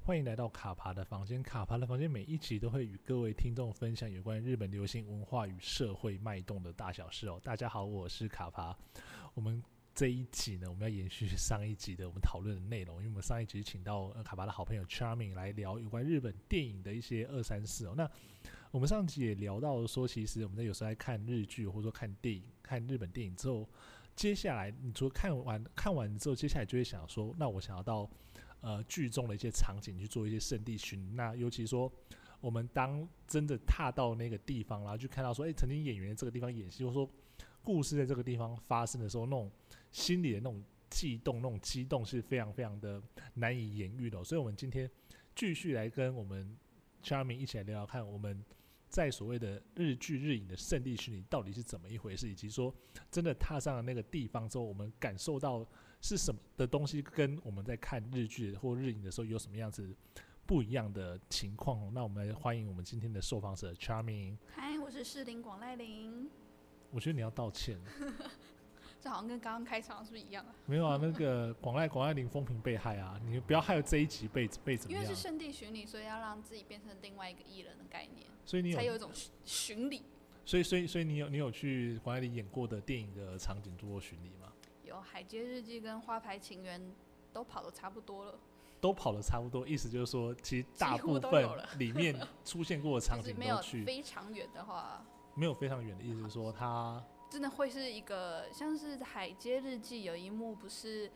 欢迎来到卡爬的房间。卡爬的房间每一集都会与各位听众分享有关日本流行文化与社会脉动的大小事哦。大家好，我是卡爬。我们这一集呢，我们要延续上一集的我们讨论的内容，因为我们上一集请到呃卡巴的好朋友 Charming 来聊有关日本电影的一些二三四哦。那我们上集也聊到说，其实我们在有时候在看日剧或者说看电影、看日本电影之后，接下来你除了看完看完之后，接下来就会想说，那我想要到呃剧中的一些场景去做一些圣地巡。那尤其说，我们当真的踏到那个地方，然后去看到说，哎、曾经演员在这个地方演戏，或者说故事在这个地方发生的时候，那种心里的那种悸动、那种激动是非常非常的难以言喻的哦、所以，我们今天继续来跟我们 Charming 一起来聊聊看，我们在所谓的日剧日影的圣地巡礼到底是怎么一回事，以及说真的踏上了那个地方之后，我们感受到是什么的东西，跟我们在看日剧或日影的时候有什么样子。不一样的情况哦，那我们来欢迎我们今天的受访者 Charming。嗨，我是士林广濑铃，我觉得你要道歉，这好像跟刚刚开场是不是一样啊？没有啊，那个广濑广濑铃风评被害啊，你不要害这一集被被怎么因为样是？圣地巡礼，所以要让自己变成另外一个艺人的概念，所以你才有，有一种巡巡礼。所以所以所以你有你有去广濑铃演过的电影的场景做过巡礼吗？有《海街日记》跟《花牌情缘》都跑的差不多了，都跑的差不多，意思就是说，其实大几乎部都分有了里面出现过的场 就是景没有都去，非常远的话，没有非常远的意思，是说它真的会是一个像是《海街日记》有一幕不是。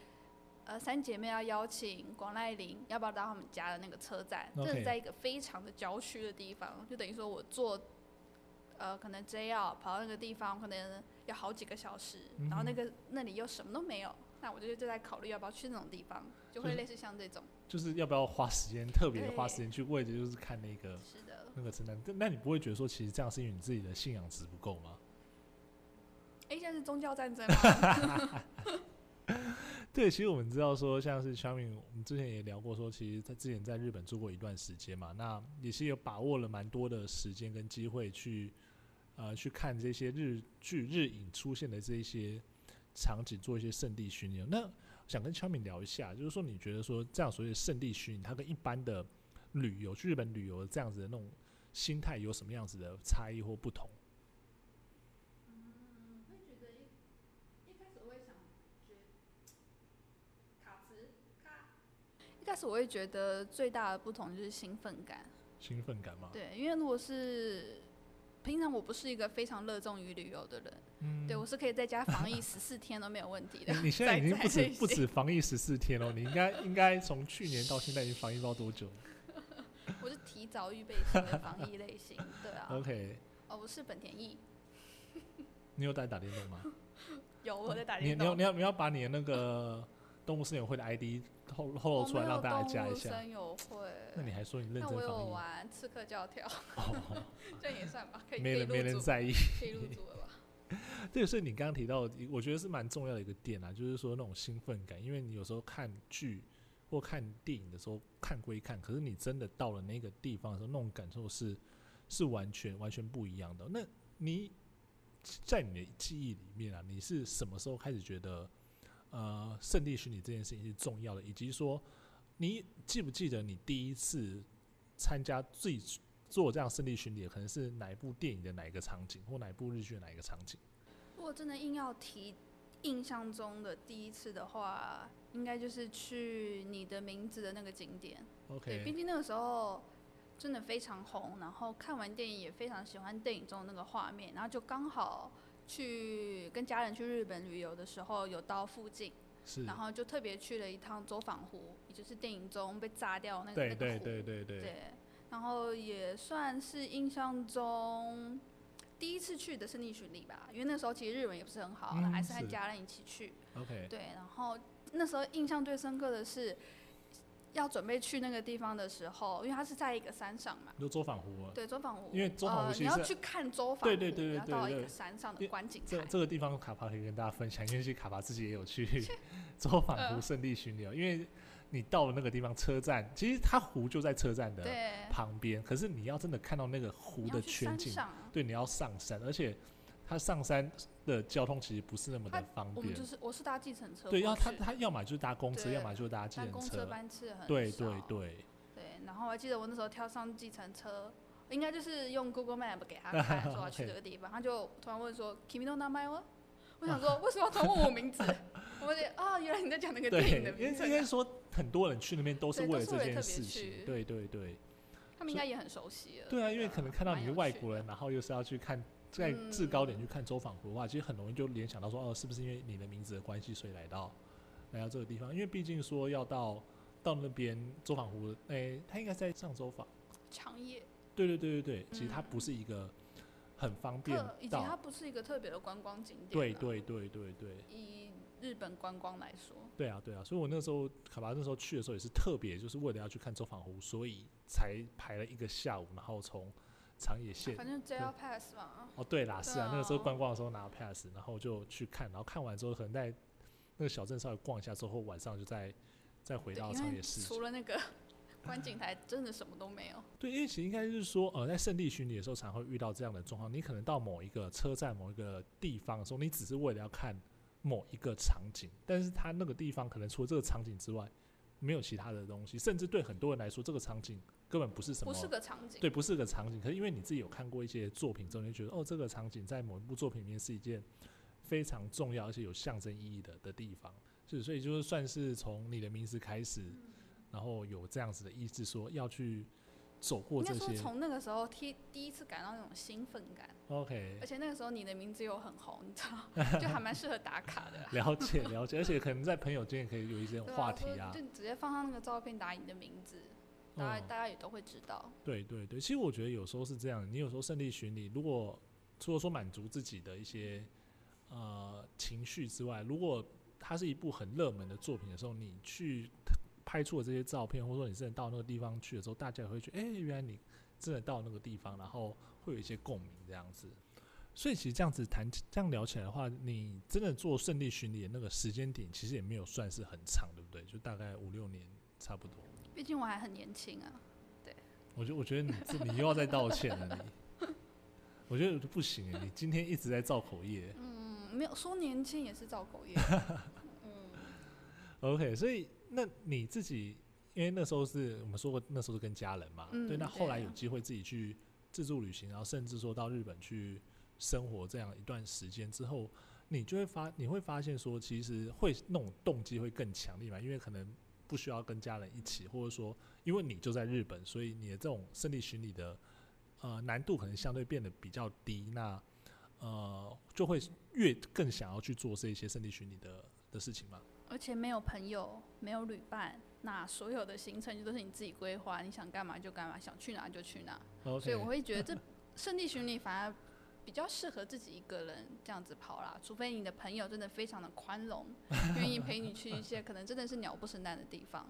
呃，三姐妹要邀请广濑铃，要不要到他们家的那个车站？这 OK 是在一个非常的郊区的地方，就等于说我坐，呃，可能 JR 跑到那个地方，可能要好几个小时，嗯然后那个那里又什么都没有，那我就就在考虑要不要去那种地方，就就会是类似像这种。就是要不要花时间，特别对花时间去为的就是看那个是的，那个承担。那你不会觉得说，其实这样是因为你自己的信仰值不够吗？哎、现在是宗教战 争吗？对，其实我们知道说，像是 Charming，我们之前也聊过说，其实他之前在日本住过一段时间嘛，那也是有把握了蛮多的时间跟机会去，呃，去看这些日剧、日影出现的这一些场景，做一些圣地巡礼。那想跟 Charming 聊一下，就是说你觉得说这样所谓的圣地巡礼，它跟一般的旅游去日本旅游这样子的那种心态有什么样子的差异或不同？会觉得一一开始我会想觉卡词卡。一开始我会觉得最大的不同就是兴奋感，兴奋感吗？对，因为如果是平常我不是一个非常热衷于旅游的人，嗯对我是可以在家防疫十四天都没有问题的 你。你现在已经不在止在不止防疫十四天哦了，你应该应该从去年到现在已经防疫到多久了我是提早预备型的防疫类型，对啊， ？OK，哦，我是本田翼，你有在打电动吗？有我在打你电你要动你。要你要把你的那个动物森友会的 ID 透透我露出来，没有让大家动加物一下。森友会，那你还说你认但真我有防疫？玩刺客教 条，哦，这样也算 吧，可以可没以人没入人组，在意。可以入组了吧？对，所以你刚刚提到，我觉得是蛮重要的一个点啊，就是说那种兴奋感，因为你有时候看剧或看电影的时候看归看，可是你真的到了那个地方的时候，那种感受是是完全完全不一样的。那你在你的记忆里面啊，你是什么时候开始觉得呃圣地巡礼这件事情是重要的，以及说你记不记得你第一次参加自己做这样圣地巡礼，可能是哪一部电影的哪一个场景，或哪一部日剧的哪一个场景？如果真的硬要提印象中的第一次的话，应该就是去你的名字的那个景点。对，毕 OK，竟那个时候真的非常红，然后看完电影也非常喜欢电影中的那个画面，然后就刚好去跟家人去日本旅游的时候有到附近，是，然后就特别去了一趟走访湖，也就是电影中被炸掉那个对那个湖。对对对对，对，然后也算是印象中第一次去的圣地巡礼吧，因为那时候其实日文也不是很好，嗯还是和是家人一起去。 ，OK，对，然后那时候印象最深刻的是，要准备去那个地方的时候，因为它是在一个山上嘛，你就走访湖啊了。对，周访湖，哦因为周访湖呃、其你实要是去看周访湖，对对对对然后到对一对个山上因的为观景这台。这个地方卡帕可以跟大家分享，因为其实卡帕自己也有去走访湖呃圣地巡游，因为你到了那个地方车站，其实它湖就在车站的对，旁边，可是你要真的看到那个湖你的要去全山景，上，对，你要上山，而且它上山的交通其实不是那么的它方我们便就，是我是搭计程车过去，对，要它它要么就是搭公车，对要么就是搭计但程公车车，班次很对少对对，对，后我还记得我那时候跳上计程车，应该就是用 Google Map 给他看说要去这个地方，他就突然问说 “Kimi no n a m a 我想 说为什么要突然问我名字？我觉得啊，原来你在讲那个电影的对，因为名字应该啊，说很多人去那边都是对为都了是这为了件特别事情，去对对对，他们应该也很熟悉了。对啊，因为可能看到蛮你是有外趣国的嗯人，然后又是要去看在制高点去看走访国的话，其实很容易就联想到说，哦，是不是因为你的名字的关系，所以来到来到这个地方？因为毕竟说要到到那边走访湖，诶、他应该是在上周访。长野对对对对对，其实它嗯不是一个很方便特，以及它到。不是一个特别的观光景点。啊对。对对对对以日本观光来说，对啊对啊，所以我那时候卡巴那时候去的时候也是特别，就是为了要去看走访湖，所以才排了一个下午，然后从长野县反正 JR Pass 嘛，哦，对啦，对是啊，那个时候啊观光的时候拿 pass，然后就去看，然后看完之后可能在那个小镇稍微逛一下之后，晚上就再再回对，到因长为野市。除了那个 观景台，真的什么都没有。对，因为其实应该是说，呃，在圣地巡礼的时候，常会遇到这样的状况。你可能到某一个车站、某一个地方的时候，你只是为了要看某一个场景，但是它那个地方可能除了这个场景之外，没有其他的东西，甚至对很多人来说，这个场景根本不是什么不是个场景。对，不是个场景。可是因为你自己有看过一些作品之后，你就觉得哦，这个场景在某一部作品里面是一件非常重要而且有象征意义的的地方。是，所以就是算是从你的名字开嗯始，然后有这样子的意志，说要去走过应这该说些。从那个时候第第一次感到那种兴奋感， OK，而且那个时候你的名字又很红，你知 道，就还蛮适合打卡的啦。了解了解，而且可能在朋友间也可以有一些对话题所以啊。就直接放上那个照片，打你的名字，大家、嗯大家也都会知道。对对对，其实我觉得有时候是这样，你有时候胜利巡礼，如果除了说满足自己的一些呃情绪之外，如果它是一部很热门的作品的时候，你去拍出的这些照片，或者说你真的到那个地方去的时候，大家也会觉得，哎、原来你真的到那个地方，然后会有一些共鸣这样子。所以其实这样子谈这样聊起来的话，你真的做胜利巡礼的那个时间点，其实也没有算是很长，对不对？就大概五六年差不多。毕竟我还很年轻啊，我觉我觉得你这你又要再道歉了你，我觉得不行欸，你今天一直在造口业。嗯，没有说年轻也是造 口业。嗯， OK，所以那你自己，因为那时候是我们说过，那时候是跟家人嘛，嗯对，那后来对啊有机会自己去自助旅行，然后甚至说到日本去生活这样一段时间之后，你就会发你会发现说，其实会那种动机会更强烈嘛，因为可能不需要跟家人一起，或者说因为你就在日本，所以你的这种生理巡礼的呃难度可能相对变得比较低，那呃就会越更想要去做这些生理巡礼的的事情嘛。而且没有朋友，没有旅伴，那所有的行程就都是你自己规划，你想干嘛就干嘛，想去哪就去哪。 o 所以我会觉得这圣地巡礼反而比较适合自己一个人这样子跑啦，除非你的朋友真的非常的宽容，愿意陪你去一些可能真的是鸟不生蛋的地方。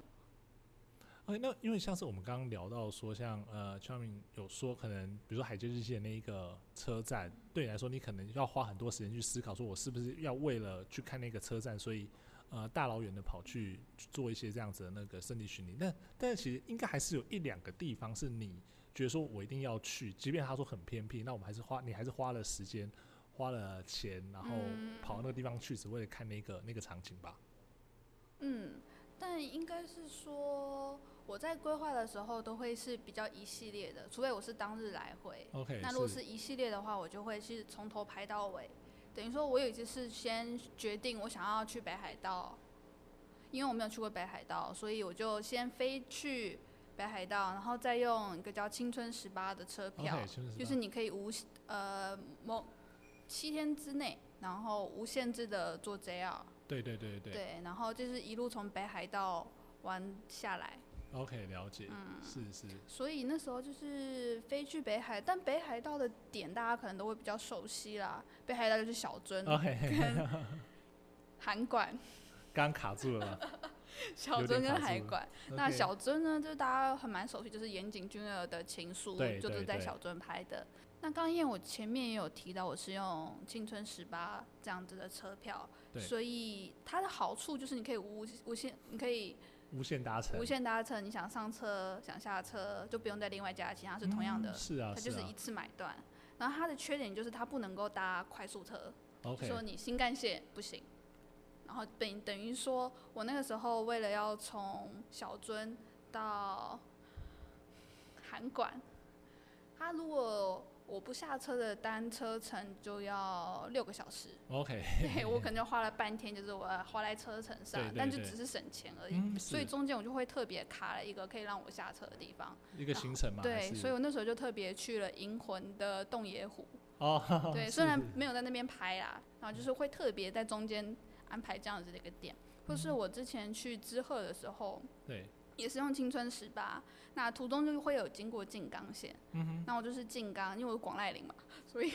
OK，那因为像是我们刚刚聊到说像，呃 Charming 有说，可能比如说海街日记的那一个车站，对你来说，你可能要花很多时间去思考，说我是不是要为了去看那个车站，所以呃大老远的跑去去做一些这样子的那个圣地巡礼。那但是其实应该还是有一两个地方是你觉得说我一定要去，即便他说很偏僻，那我们还是花你还是花了时间，花了钱，然后跑到那个地方去，只为了看那个那个场景吧。嗯，但应该是说我在规划的时候都会是比较一系列的，除非我是当日来回。 OK，那如果是一系列的话，我就会是从头排到尾。等于说，我有一次是先决定我想要去北海道，因为我没有去过北海道，所以我就先飞去北海道，然后再用一个叫“青春十八”的车票 OK，青春18哦就是你可以无呃某七天之内，然后无限制的坐 JR，对对对对对，然后就是一路从北海道玩下来。 ，OK，了解，嗯是是。所以那时候就是飞去北海，但北海道的点大家可能都会比较熟悉啦。北海道就是小樽、啊 OK，函馆， 刚卡住了吧？小有樽点卡跟住海了馆。 那 OK，小樽呢，就是大家很蛮熟悉，就是岩井俊二的《情书对》，就对是在对小樽拍的。那刚因为我前面也有提到，我是用青春十八这样子的车票，对所以它的好处就是你可以无无限，你可以无限达成，无限搭乘，你想上车想下车就不用再另外加钱，它是同样的嗯是啊，它就是是啊一次买断。然后它的缺点就是它不能够搭快速车， OK，说你新干线不行。然后等等于说，我那个时候为了要从小樽到韩馆，它如果我不下车的单车程就要六个 小时， OK，对我可能就花了半天，就是我花在车程上，对对但就对只是省钱而已。嗯，所以是中间我就会特别卡了一个可以让我下车的地方，一个然后行程嘛，还对，是所以我那时候就特别去了银魂的洞爷湖，哦， 对，是虽然是没有在那边拍啦，然后就是会特别在中间安排这样子的一个点，或是嗯我之前去知鹤的时候，对，也是用青春十八，那途中就会有经过静冈县，嗯哼。那我就是静冈，因为我是广濑铃嘛，所以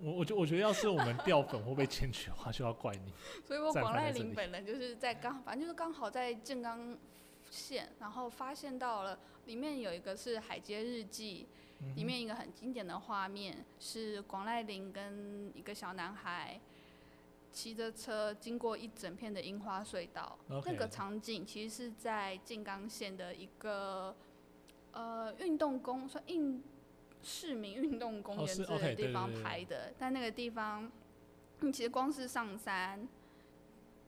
我我觉我觉得要是我们掉粉或被 检举的话，就要怪你。所以我暂广放在濑这铃里本人就是在刚，反正就是刚好在静冈县，然后发现到了里面有一个是海街日记，嗯里面一个很经典的画面是广濑铃跟一个小男孩骑着车经过一整片的樱花隧道 OK 那个场景其实是在静冈县的一个呃运动公算运市民运动公哦园是之类 OK，的对地方对对拍的，但那个地方你其实光是上山。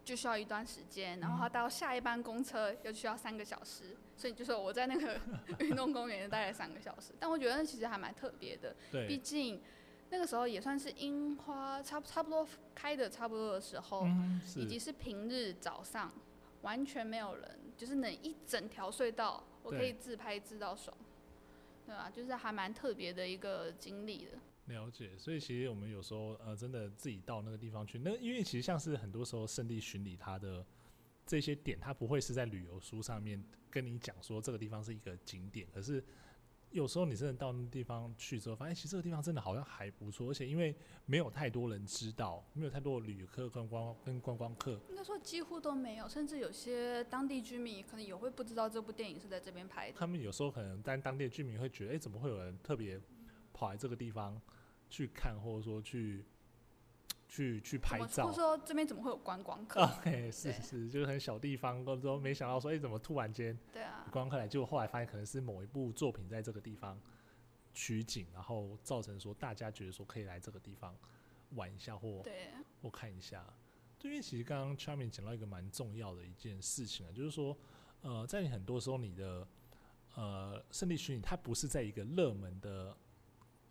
就需要一段时间，然后嗯他到下一班公车又需要三个小时，所以就说我在那个运动公园待了三个小时。但我觉得那其实还蛮特别的，毕对，竟那个时候也算是樱花差不差不多开的差不多的时候，嗯，以及是，是平日早上完全没有人，就是能一整条隧道我可对以自拍自到手，对吧、就是还蛮特别的一个经历的。了解。所以其实我们有时候呃，真的自己到那个地方去，那因为其实像是很多时候圣地巡礼，它的这些点，它不会是在旅游书上面跟你讲说这个地方是一个景点，可是。有时候你真的到那地方去之后，发现其实这个地方真的好像还不错，而且因为没有太多人知道，没有太多的旅客跟观跟观光客，应该说几乎都没有，甚至有些当地居民可能也会不知道这部电影是在这边拍的。他们有时候可能当当地的居民会觉得，哎、怎么会有人特别跑来这个地方去看，或者说去去去怎拍么照或？说这边怎么会有观光客？啊，嘿，是对是，就是很小地方，或者说没想到说，哎、怎么突然间对啊观，光客来？结果后来发现可能是某一部作品在这个地方取景，然后造成说大家觉得说可以来这个地方玩一下或对，我看一下。对，因为其实刚刚 Charmin 讲到一个蛮重要的一件事情啊，就是说，呃，在你很多时候你的呃胜利巡礼，它不是在一个热门的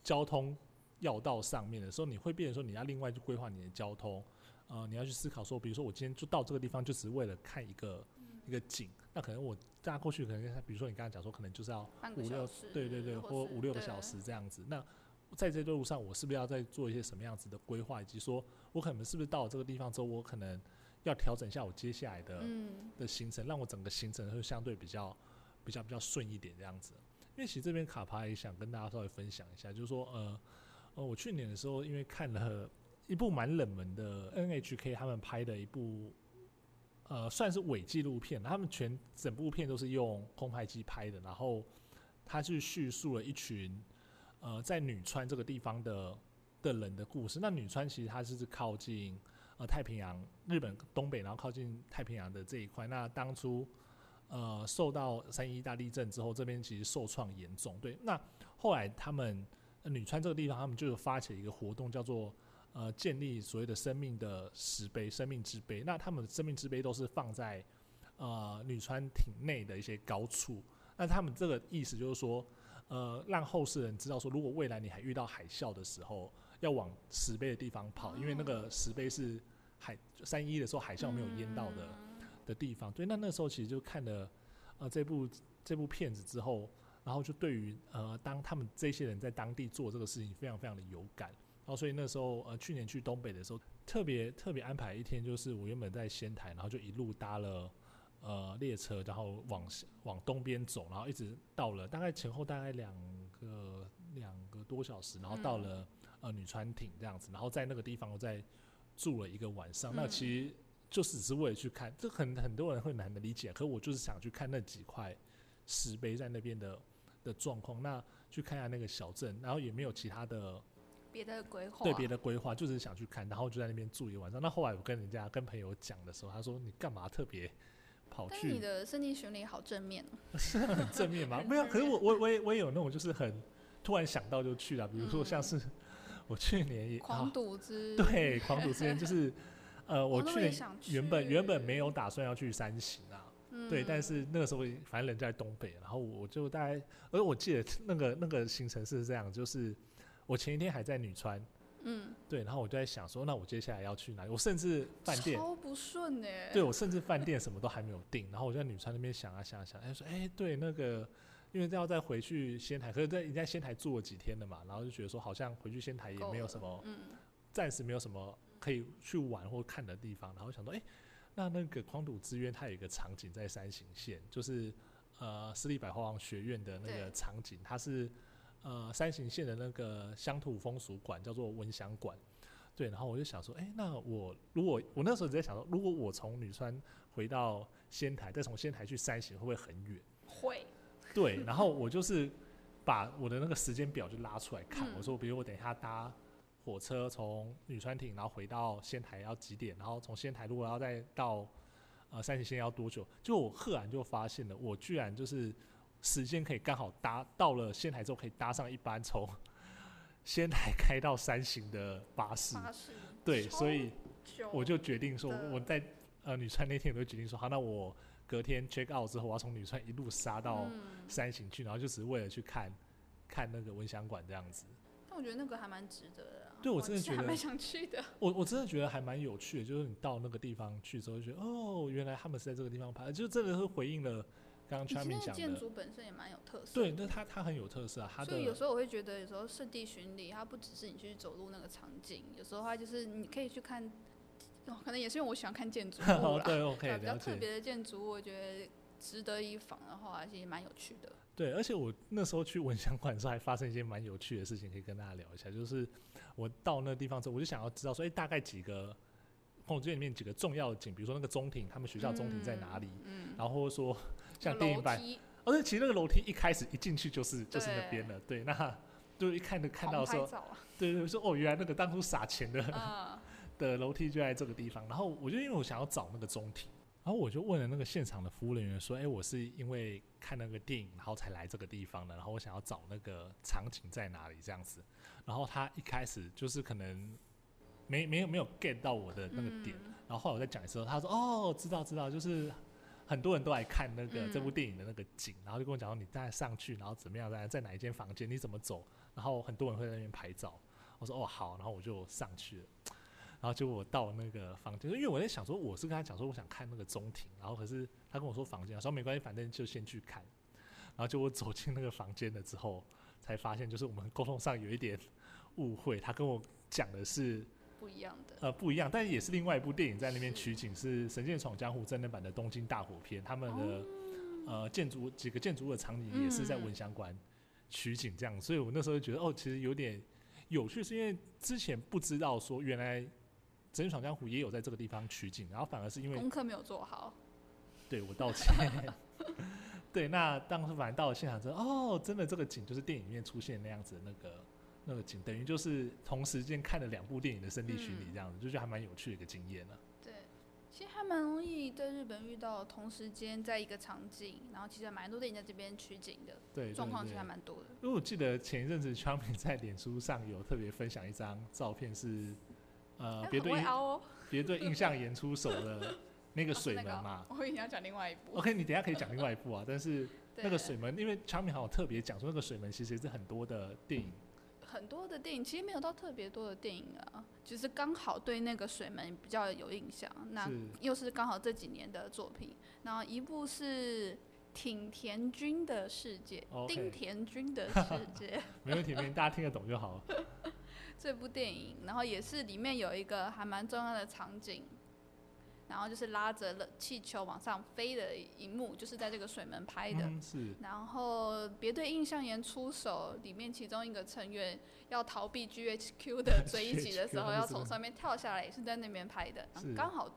交通要道上面的时候，你会变成说你要另外去规划你的交通，呃，你要去思考说，比如说我今天就到这个地方，就只是为了看一个、一个景，那可能我大家过去可能像比如说你刚才讲说，可能就是要半个五小六时，对对对，或是五六个小对啊时这样子。那在这段路上，我是不是要再做一些什么样子的规划，以及说我可能是不是到了这个地方之后，我可能要调整一下我接下来的、嗯，的行程，让我整个行程会相对比较比较比较顺一点这样子。因为其实这边卡帕也想跟大家稍微分享一下，就是说呃呃，我去年的时候因为看了一部蛮冷门的 NHK 他们拍的一部。呃，算是伪纪录片，他们全整部片都是用空拍机拍的，然后它是叙述了一群呃在女川这个地方的的人的故事。那女川其实它是靠近呃太平洋日本东北，然后靠近太平洋的这一块。那当初呃受到三一大地震之后，这边其实受创严重。对，那后来他们、呃女川这个地方，他们就有发起了一个活动，叫做。呃，建立所谓的生命的石碑、生命之碑，那他们的生命之碑都是放在呃女川町内的一些高处。那他们这个意思就是说，呃，让后世人知道说，如果未来你还遇到海啸的时候，要往石碑的地方跑，因为那个石碑是海三一的时候海啸没有淹到的、的地方。对，那那时候其实就看了呃这部这部片子之后，然后就对于呃当他们这些人在当地做这个事情非常非常的有感。然后所以那时候呃去年去东北的时候，特别特别安排一天，就是我原本在仙台，然后就一路搭了。呃，列车，然后往西往东边走，然后一直到了大概前后大概两个两个多小时，然后到嗯了、呃女川町这样子，然后在那个地方我再住了一个晚上。那嗯其实就只是为了去看，这很很多人会难的理解，可我就是想去看那几块石碑在那边的的状况，那去看一下那个小镇，然后也没有其他的别的规划，对别的规划，就只是想去看，然后就在那边住一个晚上。那后来我跟人家跟朋友讲的时候，他说你干嘛特别跑但你去？的圣地巡礼好正面哦，是很正面吗？很没有，正可是面我我我也我也有那种就是很突然想到就去了，比如说嗯像是我去年也啊狂赌 之，对，狂赌之前就是，呃，我那去我也年想原本原本没有去打算要去三行啊，嗯，对，但是那个时候反正人在东北，然后我就大概，而我记得那个那个行程是这样，就是我前一天还在女川，嗯，对，然后我就在想说，那我接下来要去哪里？我甚至饭店，超不顺哎、对我甚至饭店什么都还没有定，然后我就在女川那边想啊想啊想，哎说哎对那个，因为要再回去仙台，可是在你在仙台住了几天了嘛，然后就觉得说好像回去仙台也够没有了什么嗯，暂时没有什么可以去玩或看的地方，然后想说，哎、那那个狂赌之渊它有一个场景在山形县，就是呃私立百花王学院的那个对场景，它是呃山形县的那个乡土风俗馆，叫做文祥馆。对，然后我就想说，哎、那我如果我那时候只在想说，如果我从女川回到仙台，再从仙台去山形，会不会很远？会，对，然后我就是把我的那个时间表就拉出来看，嗯我说，比如我等一下搭火车从女川町，然后回到仙台要几点，然后从仙台如果要再到呃山形县要多久？就我赫然就发现了，我居然就是时间可以刚好搭到了仙台之后，可以搭上一班从 仙台开到山形的巴士。巴士哦对，超所以久我就决定说的，我在呃女川那天我就决定说，好，那我隔天 check out 之后，我要从女川一路杀到。嗯山行去，然后就只是为了去看看那个文香馆这样子。但我觉得那个还蛮值得的啊、对我我真的是觉还得蛮想去的。我我真的觉得还蛮有趣的，就是你到那个地方去之后，就觉得哦，原来他们是在这个地方拍的，就真的是回应了刚刚以前 Charmin 那个讲建的。筑本身也蛮有特色对，的，那它它很有特色啊，它所以有的时候我会觉得，有时候圣地巡礼，它不只是你去走路那个场景，有时候它就是你可以去看，哦、可能也是因为我喜欢看建筑物 哦啦，对 OK 对啊比较了特解，别的建筑物，我觉得值得一访的话，其实蛮有趣的。对，而且我那时候去文香馆的时候还发生一件蛮有趣的事情，可以跟大家聊一下，就是我到那地方之后，我就想要知道说，哎、大概几个空间里面几个重要的景，比如说那个中庭，他们学校中庭在哪里，嗯，然后或者说像电影楼版梯而且其实那个楼梯一开始一进去就是就是那边了，对，那就一看就看到狂拍说，照啊，对对，说哦，原来那个当初撒钱的、嗯， 的楼梯就在这个地方。然后我就因为我想要找那个中庭，然后我就问了那个现场的服务人员说，哎，我是因为看那个电影，然后才来这个地方的，然后我想要找那个场景在哪里这样子。然后他一开始就是可能没没有没有 get 到我的那个点，嗯然后后来我再讲一次，他说：“哦，知道知道，就是很多人都来看那个、嗯这部电影的那个景，然后就跟我讲说你再上去，然后怎么样，在在哪一间房间，你怎么走，然后很多人会在那边拍照。”我说：“哦，好。”然后我就上去了，然后结果我到那个房间，因为我在想说，我是跟他讲说我想看那个中庭，然后可是他跟我说房间，我说没关系，反正就先去看。然后就我走进那个房间了之后，才发现就是我们沟通上有一点误会，他跟我讲的是。不一样的。呃不一样，但也是另外一部电影在那边取景，是《神剑闯江湖》真人版的东京大火片，他们的、呃建筑几个建筑物的场景也是在哦嗯文香馆取景这样，所以我那时候就觉得哦，其实有点有趣，是因为之前不知道说原来《神剑闯江湖》也有在这个地方取景，然后反而是因为功课没有做好，对我道歉。 对，那当时反正到了现场之后，哦，真的这个景就是电影里面出现那样子的那个那个景，等于就是同时间看了两部电影的圣地巡礼嗯这样子，就觉得还蛮有趣的一个经验啊呢、对，其实还蛮容易在日本遇到同时间在一个场景，然后其实还蛮多电影在这边取景的对，状况，其对实还对蛮多的。因为我记得前一阵子 Charmin 在脸书上有特别分享一张照片是，呃，哎别很对会印凹哦，别对印象演出手的那个 哦水是门那个哦嘛。我以为你要讲另外一部。 OK，你等一下可以讲另外一部啊，但是对那个水门，因为 Charmin 好像特别讲说那个水门其实是很多的电影，很多的电影其实没有到特别多的电影啊，就是刚好对那个水门比较有印象。那是又是刚好这几年的作品，然后一部是挺田君的世界 OK 丁田君的世界没问题，没问题大家听得懂就 好。这部电影，然后也是里面有一个还蛮重要的场景。然后就是拉着了气球往上飞的一幕，就是在这个水门拍的。嗯，是然后别对印象岩出手，里面其中一个成员要逃避 GHQ 的追击的时 GHQ 候，那要是从吗上面跳下来，也是在那边拍的。 是刚好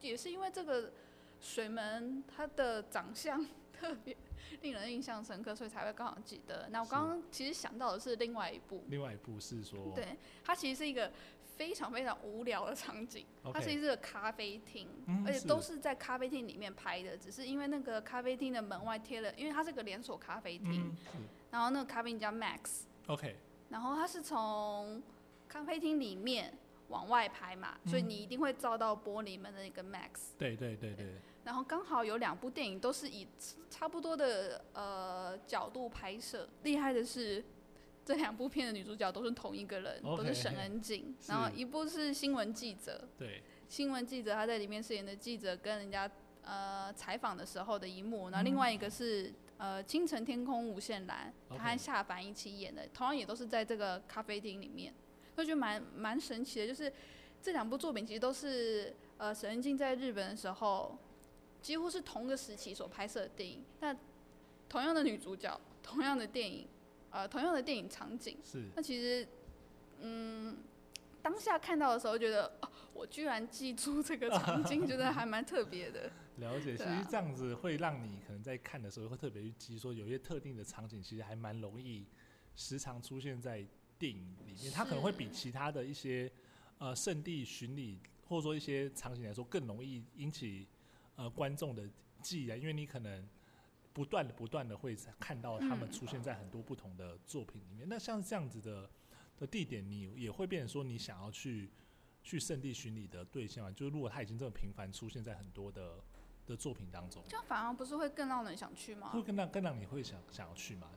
也是因为这个水门他的长相特别 令人印象深刻，所以才会刚好记得。那我是刚刚其实想到的是另外一部，另外一部是说，对，它其实是一个非常非常无聊的场景。它是 OK，一个咖啡厅，嗯而且是都是在咖啡厅里面拍的，只是因为那个咖啡厅的门外贴了，因为它是个连锁咖啡厅，嗯，是然后那个咖啡厅叫 Max， OK，然后它是从咖啡厅里面往外拍嘛，所以嗯你一定会照到玻璃门的那个 Max，对对对对，然后刚好有两部电影都是以差不多的呃角度拍摄，厉害的是这两部片的女主角都是同一个人 OK，都是沈恩静，是然后一部是新闻记者，对，新闻记者她在里面饰演的记者跟人家呃采访的时候的一幕，然后另外一个是。呃，清晨天空无限蓝，她 OK 和夏凡一起演的，同样也都是在这个咖啡厅里面，我觉得蛮蛮神奇的。就是这两部作品其实都是呃，沈恩静在日本的时候，几乎是同个时期所拍摄的电影，但同样的女主角，同样的电影，呃，同样的电影场景，是那其实，嗯，当下看到的时候觉得，哦，我居然记住这个场 景，觉得还蛮特别的。了解。其对实啊这样子会让你可能在看的时候会特别去记，说有一些特定的场景，其实还蛮容易时常出现在电影里面。它可能会比是其他的一些呃圣地巡礼，或者说一些场景来说，更容易引起呃观众的记忆啊，因为你可能。不断的、不断的会看到他们嗯出现在很多不同的作品里面。那像这样子的的地点，你也会变成说你想要去去圣地巡礼的对象啊。就是如果他已经这么频繁出现在很多的的作品当中，这样反而不是会更让人想去吗会？更让更让你会想想要去吗？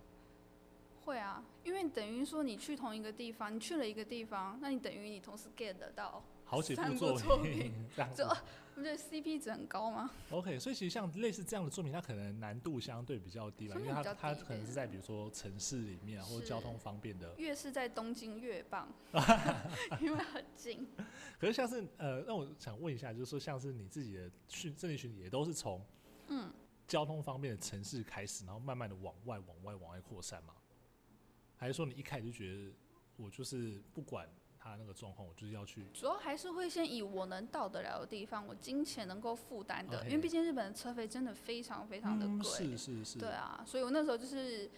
会啊，因为等于说你去同一个地方，你去了一个地方，那你等于你同时 get 得到，好几部三部作作品这样子就。不对，CP 值很高吗？ OK，所以其实像类似这样的作品，它可能难度相对比较低吧，因相为对它比较它低一可能点是在比如说城市里面啊，或者交是通方便的越是在东京越 棒，因为很近。可是像是呃，那我想问一下，就是说像是你自己的训政治训也都是从嗯交通方面的城市开始，然后慢慢的往外、往外、往外扩散吗？还是说你一开始就觉得我就是不管他那个状况，我就是要去主要还是会先以我能到得了的地方，我金钱能够负担的 OK 因为毕竟日本的车费真的非常非常的哦嗯贵、是是是，对啊，所以我那时候就是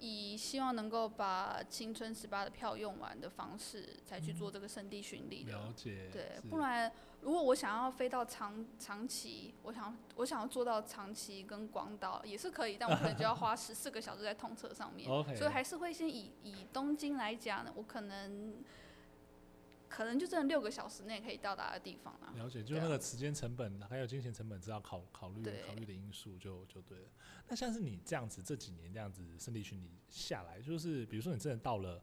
以希望能够把青春十八的票用完的方式，才去做这个圣地巡礼的。嗯了解，对是，不然如果我想要飞到长长崎，我想我想要做到长崎跟广岛也是可以，但我可能就要花十四个小时在通车上 面。OK，所以还是会先以以东京来讲，我可能可能就真的六个小时内可以到达的地方啦。了解，就对啊那个时间成本还有金钱成本，知道考考虑对考虑的因素就就对了。那像是你这样子这几年这样子圣地巡礼下来，就是比如说你真的到了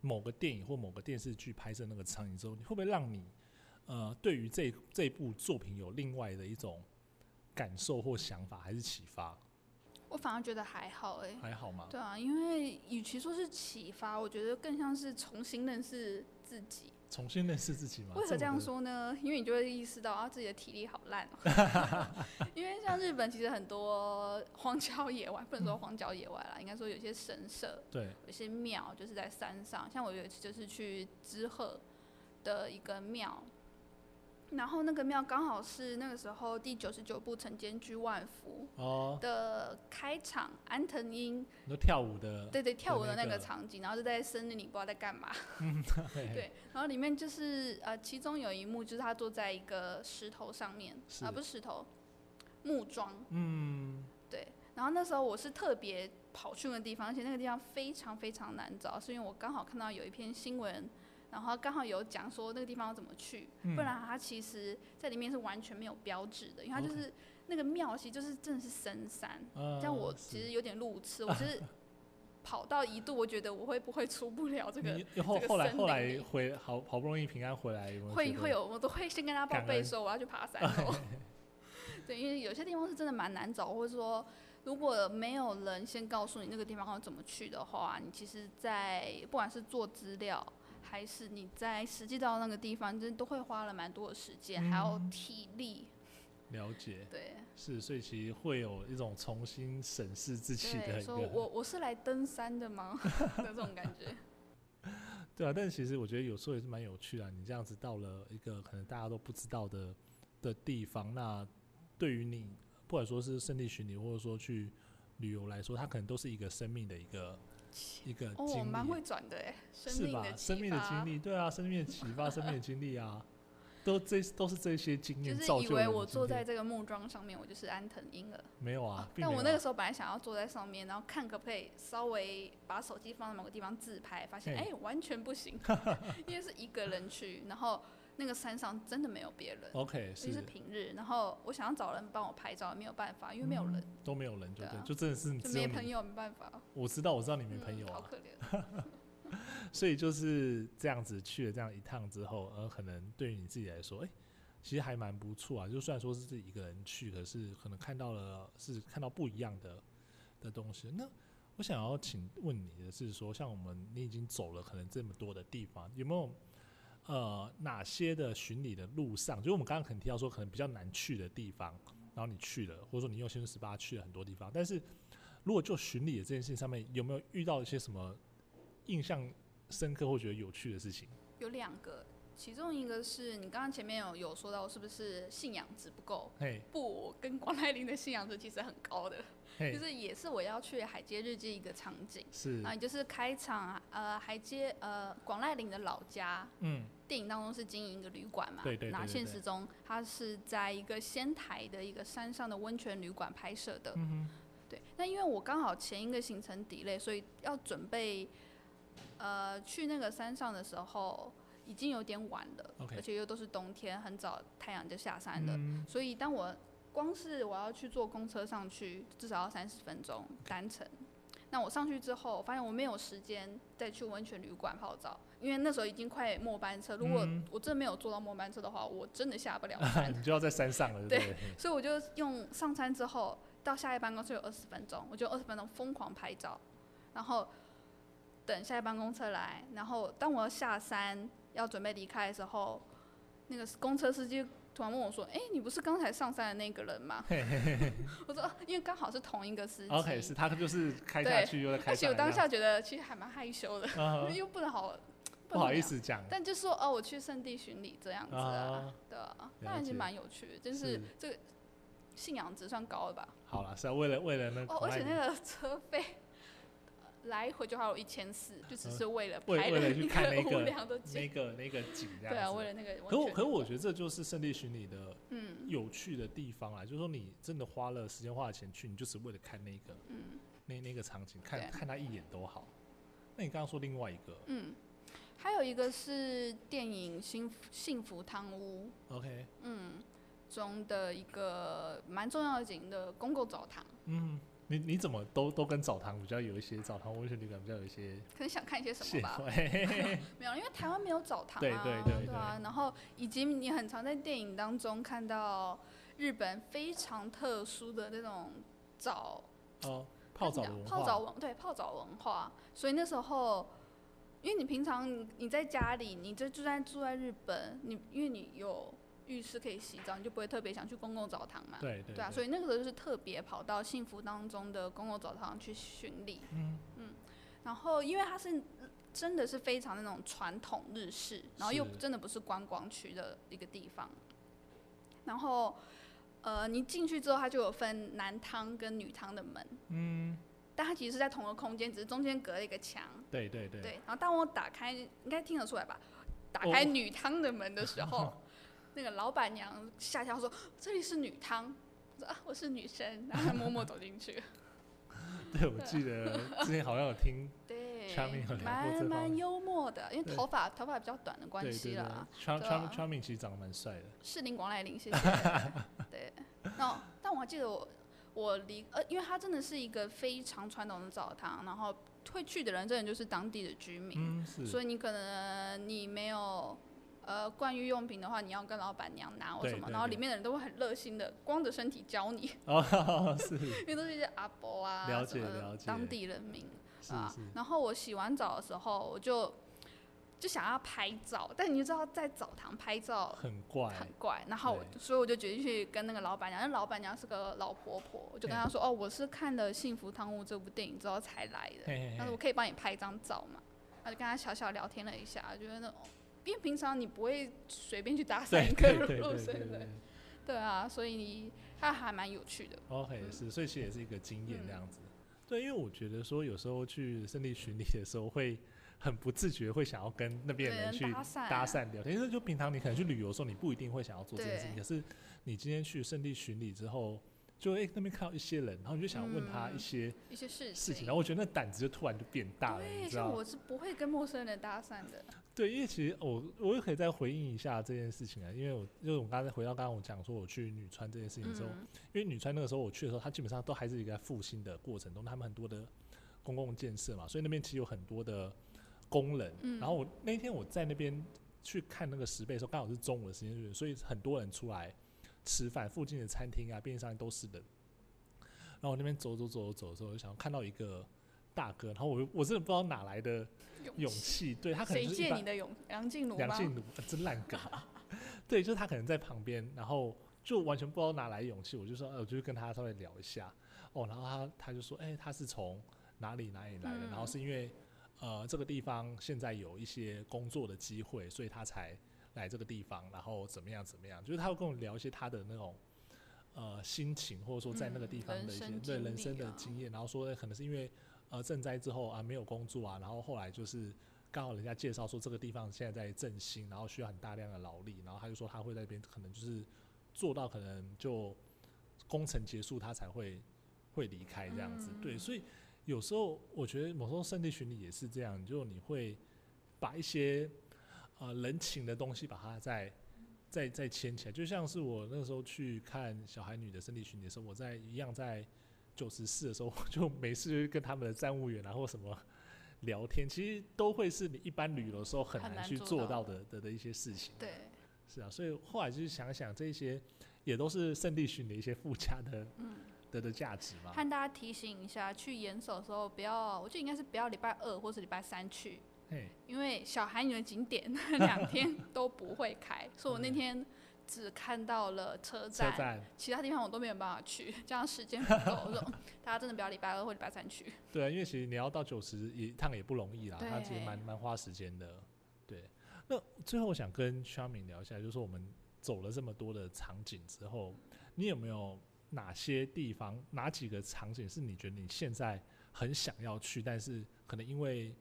某个电影或某个电视剧拍摄那个场景之后，你会不会让你呃对于这这部作品有另外的一种感受或想法，还是启发？我反而觉得还好哎、还好吗？对啊，因为与其说是启发，我觉得更像是重新认识自己。重新认识自己吗？为何么这样的？说呢？因为你就会意识到啊，自己的体力好烂、哦。 因为像日本其实很多 荒郊野外，不能说荒郊野外啦，应该说有些神社，对，有些庙就是在山上，像我有一次就是去知鹤的一个庙，然后那个庙刚好是那个时候第九十九部《晨间居万福哦》，的开场，安藤樱你说跳舞的，对对跳舞的那那个个场景，然后就在森林里不知道在干嘛， 嘿嘿对，然后里面就是呃，其中有一幕就是他坐在一个石头上面，是啊、不是石头，木桩，嗯，对，然后那时候我是特别跑去那个地方，而且那个地方非常非常难找，是因为我刚好看到有一篇新闻，然后刚好有讲说那个地方要怎么去，嗯不然它其实在里面是完全没有标志的，因为它就是那个庙其实就是真的是深山，呃像我是其实有点路痴，我就是 跑到一度我觉得我会不会出不了这个。你后这个后来森后林来里回好好不容易平安回来，有没有会觉会得有，我都会先跟他报感备恩说我要去爬山 哦。对，因为有些地方是真的蛮难找，或者说如果没有人先告诉你那个地方要怎么去的话，你其实在不管是做资料，还是你在实际到那个地方，真的都会花了蛮多的时间，还有嗯体力。了解，对，是，所以其实会有一种重新审视自己的对，一说个，我我是来登山的 吗？的这种感觉。对啊。但其实我觉得有时候也是蛮有趣的啊、你这样子到了一个可能大家都不知道的的地方，那对于你不管说是圣地巡礼，或者说去旅游来说，它可能都是一个生命的一个一个哦，我经蛮历会转的哎，生是命吧的？生命的经历。历，对啊，生命的启发，生命的经历啊，都这都是这些经就验是造以就了为你我今坐天在这个木桩上面，我就是安藤婴儿。没有啊哦，并但没我有那啊个时候本来想要坐在上面，然后看可不可以稍微把手机放在某个地方自拍，发现嘿 哎、完全不行，因为是一个人去，然后那个山上真的没有别人， OK，尤其是哦是平日。然后我想要找人帮我拍照，也没有办法，因为没有人，都没有人，就对对，啊就真的是就嗯只没有朋你。友，没办法。我知道，我知道你没嗯朋友好啊，可怜。所以就是这样子去了这样一趟之后，呃，可能对于你自己来说，哎、其实还蛮不错啊。就虽然说是自己一个人去，可是可能看到了是看到不一样的的东西。那我想要请问你的是说，像我们你已经走了可能这么多的地方，有没有呃哪些的巡礼的路上，就是我们刚刚可能提到说可能比较难去的地方，然后你去了，或者说你用先十八去了很多地方，但是如果就巡礼的这件事情上面，有没有遇到一些什么印象深刻或觉得有趣的事情？有两个，其中一个是你刚刚前面有有说到，是不是信仰值不够？嘿，不，我跟光来林的信仰值其实很高的，就嘿，是也是我要去海街日记一个场景。是啊，，你就是开场呃，海街呃，广濑铃的老家，嗯，电影当中是经营一个旅馆嘛，对对对然后对现对实中它是在一个仙台的一个山上的温泉旅馆拍摄的，嗯对。那因为我刚好前一个行程 delay，所以要准备呃去那个山上的时候已经有点晚了 OK 而且又都是冬天，很早太阳就下哼，山了，嗯，所以当我光是我要去坐公车上去，至少要三十分钟单程。那我上去之后，我发现我没有时间再去温泉旅馆泡澡，因为那时候已经快末班车。如果嗯我真的没有坐到末班车的话，我真的下不了山。 你就要在山上了，对不对？所以我就用上山之后到下一班公车有二十分钟，我就二十分钟疯狂拍照，然后等下一班公车来，然后当我要下山要准备离开的时候，那个公车司机突然问我说：“哎、你不是刚才上山的那个人吗？”我说：“啊因为刚好是同一个司机。 哦 OK，是他就是开下去又再开而下且来，我当下觉得其实还蛮害羞的， 这样啊哈又不能好，不能好意讲，思讲，但就说哦，我去圣地巡礼这样子啊，啊对啊，了那还解是蛮有趣的，就是是这个信仰值算高了吧？好了，是啊，为了为了那哦，而且那个个车费呃来回就还有一千四，就只是为了为拍为了了去一看那无个聊的那景，个那个景这样对啊，子为了那个完全。可我可我觉得这就是圣地巡礼的嗯有趣的地方啦，啊就是说你真的花了时间花了钱去，你就只为了看那个嗯那那个场景，看对看他一眼都好。那你刚刚说另外一个嗯，还有一个是电影《幸福幸福汤屋》 ，OK，嗯中的一个蛮重要的景的公共澡堂，嗯，你你怎么都都跟澡堂比较有一些澡堂温泉旅馆比较有一些可能想看一些什线么吧？索？嘿嘿嘿没有，因为台湾没有澡堂啊，对对对啊。然后以及你很常在电影当中看到日本非常特殊的那种澡 哦，泡澡的文化，泡澡文对泡澡文化，所以那时候，因为你平常你你在家里，你就住在住在日本，你因为你有浴室可以洗澡，你就不会特别想去公共澡堂嘛。对对啊，所以那个时候就是特别跑到幸福当中的公共澡堂去巡礼，嗯，然后因为它是真的是非常那种传统日式，然后又是真的不是观光区的一个地方，然后呃，你进去之后，它就有分男汤跟女汤的门，嗯，但它其实是在同一个空间，只是中间隔了一个墙。对对对，对，然后当我打开，应该听得出来吧？打哦开女汤的门的时候， 那个老板娘吓一跳说：“这里是女汤。”我说：“啊，我是女生。”然后默默走进去。 对，我记得 之前好像有听，对 Charming 有聊过，这蛮方蛮面幽默的，因为对头发头发比较短的关对系对对啦。 ，Charm 对啊 Charm Charming 其实长得蛮帅的，是林广来 林，谢谢。对，然后但我还记得我我离呃，因为它真的是一个非常传统的澡堂，然后会去的人真的就是当地的居民。嗯，是，所以你可能你没有呃惯浴用品的话，你要跟老板娘拿或对什么，对然后对里面的人都会很热心的光着身体教你， 哦，是因为都是一些阿伯啊，了解什么了解当地人民是啊是。，然后我洗完澡的时候，我就就想要拍照，但你就知道在澡堂拍照。很怪，很怪，然后我对所以我就决定去跟那个老板娘，那老板娘是个老婆婆，我就跟她说，哦，我是看了《幸福堂屋》这部电影之后才来的，嘿嘿他说我嘿，可以帮你拍一张照嘛，然后就跟他小小聊天了一下，觉得那种，因为平常你不会随便去搭讪对一个对对陌对生对对人，对啊，所以你他还蛮有趣的， ，OK，嗯哦是，所以其实也是一个经验嗯这样子。对，因为我觉得说有时候去圣地巡礼的时候，会很不自觉会想要跟那边的人对去搭讪啊搭讪聊天。因为就平常你可能去旅游的时候，你不一定会想要做这件事情，对可是你今天去圣地巡礼之后，就哎、那边看到一些人，然后你就想问他一些一些嗯事事情，然后我觉得那胆子就突然就变大了，你对，知道像吗？我是不会跟陌生人搭讪的。对，因为其实我我又可以再回应一下这件事情啊，因为我就是我刚才回到刚刚我讲说我去女川这件事情的时候，嗯，因为女川那个时候我去的时候，它基本上都还是一个在复兴的过程中，他们很多的公共建设嘛，所以那边其实有很多的工人。嗯然后我那天我在那边去看那个石碑的时候，刚好是中午的时间，所以很多人出来吃饭，附近的餐厅啊、便利商店都是人。然后我那边走走走走的时候，我就想看到一个大哥，然后我我真的不知道哪来的勇气，对他可能谁就是一借般你的勇？梁静茹梁吗？静茹、呃真烂梗。 对，就是他可能在旁边，然后就完全不知道哪来勇气，我就说，呃、我就跟他稍微聊一下，哦，然后他他就说，哎、他是从哪里哪里来的，然后嗯是因为呃这个地方现在有一些工作的机会，所以他才来这个地方，然后怎么样怎么样，就是他会跟我聊一些他的那种。呃，心情或者说在那个嗯地方的一些、人生对经人历生的啊经验，然后说哎可能是因为呃赈灾之后啊没有工作啊，然后后来就是刚好人家介绍说这个地方现在在振兴，然后需要很大量的劳力，然后他就说他会在那边可能就是做到可能就工程结束他才会会离开这样子。嗯对，所以有时候我觉得某时候圣地巡礼也是这样，就你会把一些呃人情的东西把它再再再牵起来，就像是我那时候去看小孩女的圣地巡礼的时候，我在一样在九十四的时候， 我就没事就跟他们的站务员啊或什么聊天，其实都会是你一般旅游的时候很很难难去做做到到的的的一些事情。对，是啊，所以后来就是想想这些，也都是圣地巡的一些附加的嗯，的的价值嘛。和大家提醒一下，去岩手的时候不要，我觉得应该是不要礼拜二或是礼拜三去，嘿，因为小韩语的景点 那两 天都不会开，所以我那嗯天只看到了车车站，站，其他地方我都没有办法去，这样时间不够。我说大家真的不要礼拜二或礼拜三去。对啊，因为其实你要到九十一趟也不容易啦，它其实对蛮蛮花时间的。对，那最后我想跟 Charming 聊一下，就是我们走了这么多的场景之后，你有没有哪些地方、哪几个场景是你觉得你现在很想要去，但是可能因为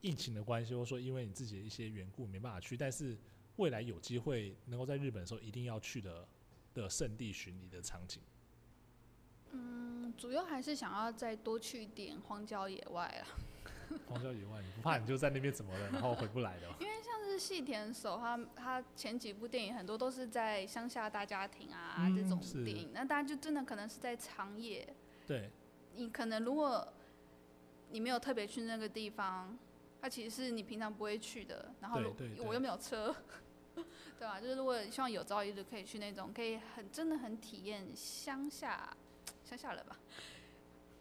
疫情的关系，或者说因为你自己的一些缘故没办法去，但是未来有机会能够在日本的时候一定要去的的圣地巡礼的场景？嗯，主要还是想要再多去一点荒郊野外啦。荒郊野外，你不怕你就在那边怎么了，然后回不来的哦？像是细田守他他前几部电影很多都是在乡下大家庭啊、嗯这种是电影，那大家就真的可能是在长野，对。你可能如果你没有特别去那个地方，它其实是你平常不会去的。然后对如对对我又没有车， 对吧、就是如果希望有朝一日可以去那种可以很真的很体验乡下乡下人吧，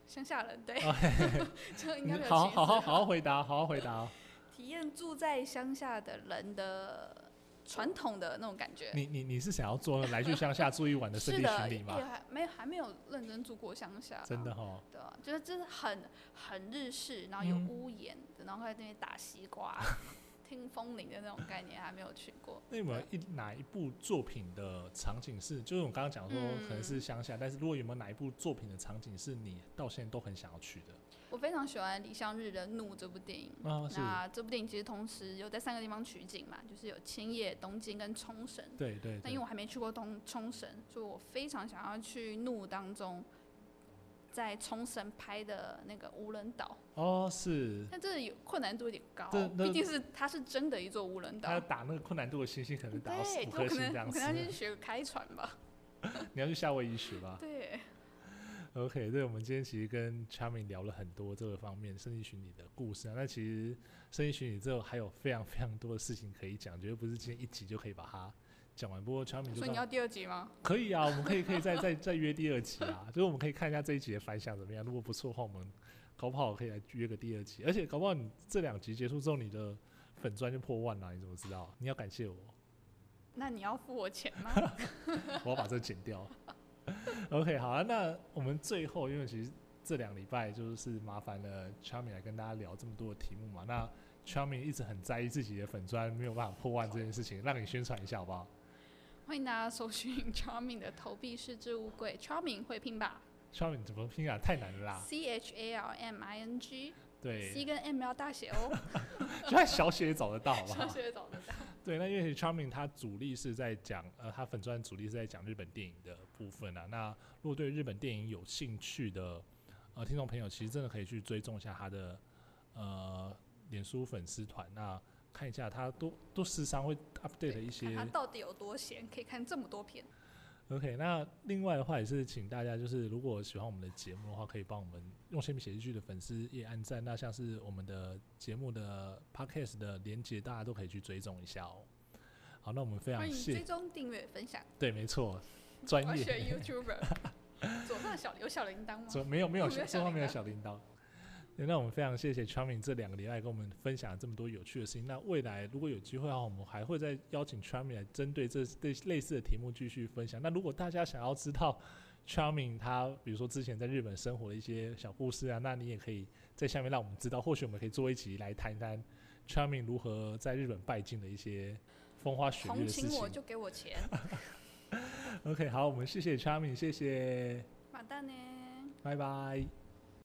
乡下人对，哦 就应该没有嗯好歧视好好好好回答，好好回答哦。体验住在乡下的人的传统的那种感觉。你你你是想要做来去乡下住一晚的圣是地的，巡也礼也吗？还没有还没有认真住过乡下，真的哦，对啊，就是就是很很日式，然后有嗯屋檐的，然后在那边打西瓜、 听风铃的那种概念，还没有去过。那有没有一哪一部作品的场景是，就是我刚刚讲说嗯可能是乡下，但是如果有没有哪一部作品的场景是你到现在都很想要去的？我非常喜欢李相日的《怒》这部电影。啊，是，那这部电影其实同时有在三个地方取景嘛，就是有千叶、东京跟冲绳。对对那因对为，我还没去过东冲绳，所以我非常想要去《怒》当中，在冲绳拍的那个无人岛。哦是，但这有困难度有点高对，那毕竟是它是真的一座无人岛他。打那个困难度的星星，可能打到对，五就颗可星能这样 我子可。能要去学个开船 吧。你要去夏威夷学吧？对， OK，对，我们今天其实跟 Charming 聊了很多这个方面生意巡礼的故事啊。那其实生意巡礼之后还有非常非常多的事情可以讲，绝对不是今天一集就可以把它讲完。不过 Charming 就所以你要算第二集吗？可以啊，我们可以可以再 再再约第二集啊，就是我们可以看一下这一集的反响怎么样。如果不错的话，我们搞不好可以来约个第二集。而且搞不好你这两集结束之后，你的粉钻就破万了，你怎么知道？你要感谢我。那你要付我钱 吗？我要把这剪掉。OK，好啊，那我们最后，因为其实这两礼拜就是麻烦了 Charmy 来跟大家聊这么多的题目嘛。那 Charmy 一直很在意自己的粉砖没有办法破万这件事情，让你宣传一下好不好欢迎大家搜寻 Charming 的投币式置物柜，Charming 会拼吧？Charmy 怎么拼啊？太难了啦。 ？C H A L M I N G，C 对，跟 M 要大写哦，就算小写也找得到，好不上好？学找得到。对，那因为 Charming 它主力是在讲，呃，它粉钻主力是在讲日本电影的部分啊。那如果对日本电影有兴趣的呃听众朋友，其实真的可以去追踪一下它的呃脸书粉丝团，那看一下它都都时常会 update 一些看。他啊到底有多闲，可以看这么多篇。 OK，那另外的话也是请大家，就是如果喜欢我们的节目的话，可以帮我们用铅笔写日剧的粉丝页按赞。那像是我们的节目的 Podcast 的连接，大家都可以去追踪一下哦。好，那我们非常欢迎谢追踪、订阅、分享。对，没错，专我要学业。 YouTuber。左上小有小铃铛吗？这没有没有，没有这小方铃面有铛小铃铛。对那我们非常谢谢 Charming 这两个礼拜跟我们分享这么多有趣的事情。那未来如果有机会的话，我们还会再邀请 Charming 来针对这类类似的题目继续分享。那如果大家想要知道 Charming 他比如说之前在日本生活的一些小故事啊，那你也可以在下面让我们知道。或许我们可以做一集来谈谈 Charming 如何在日本拜金的一些风花雪月同的事情情我。就给我钱， OK，好，我们谢谢 Charming，谢谢，马蛋呢？拜拜。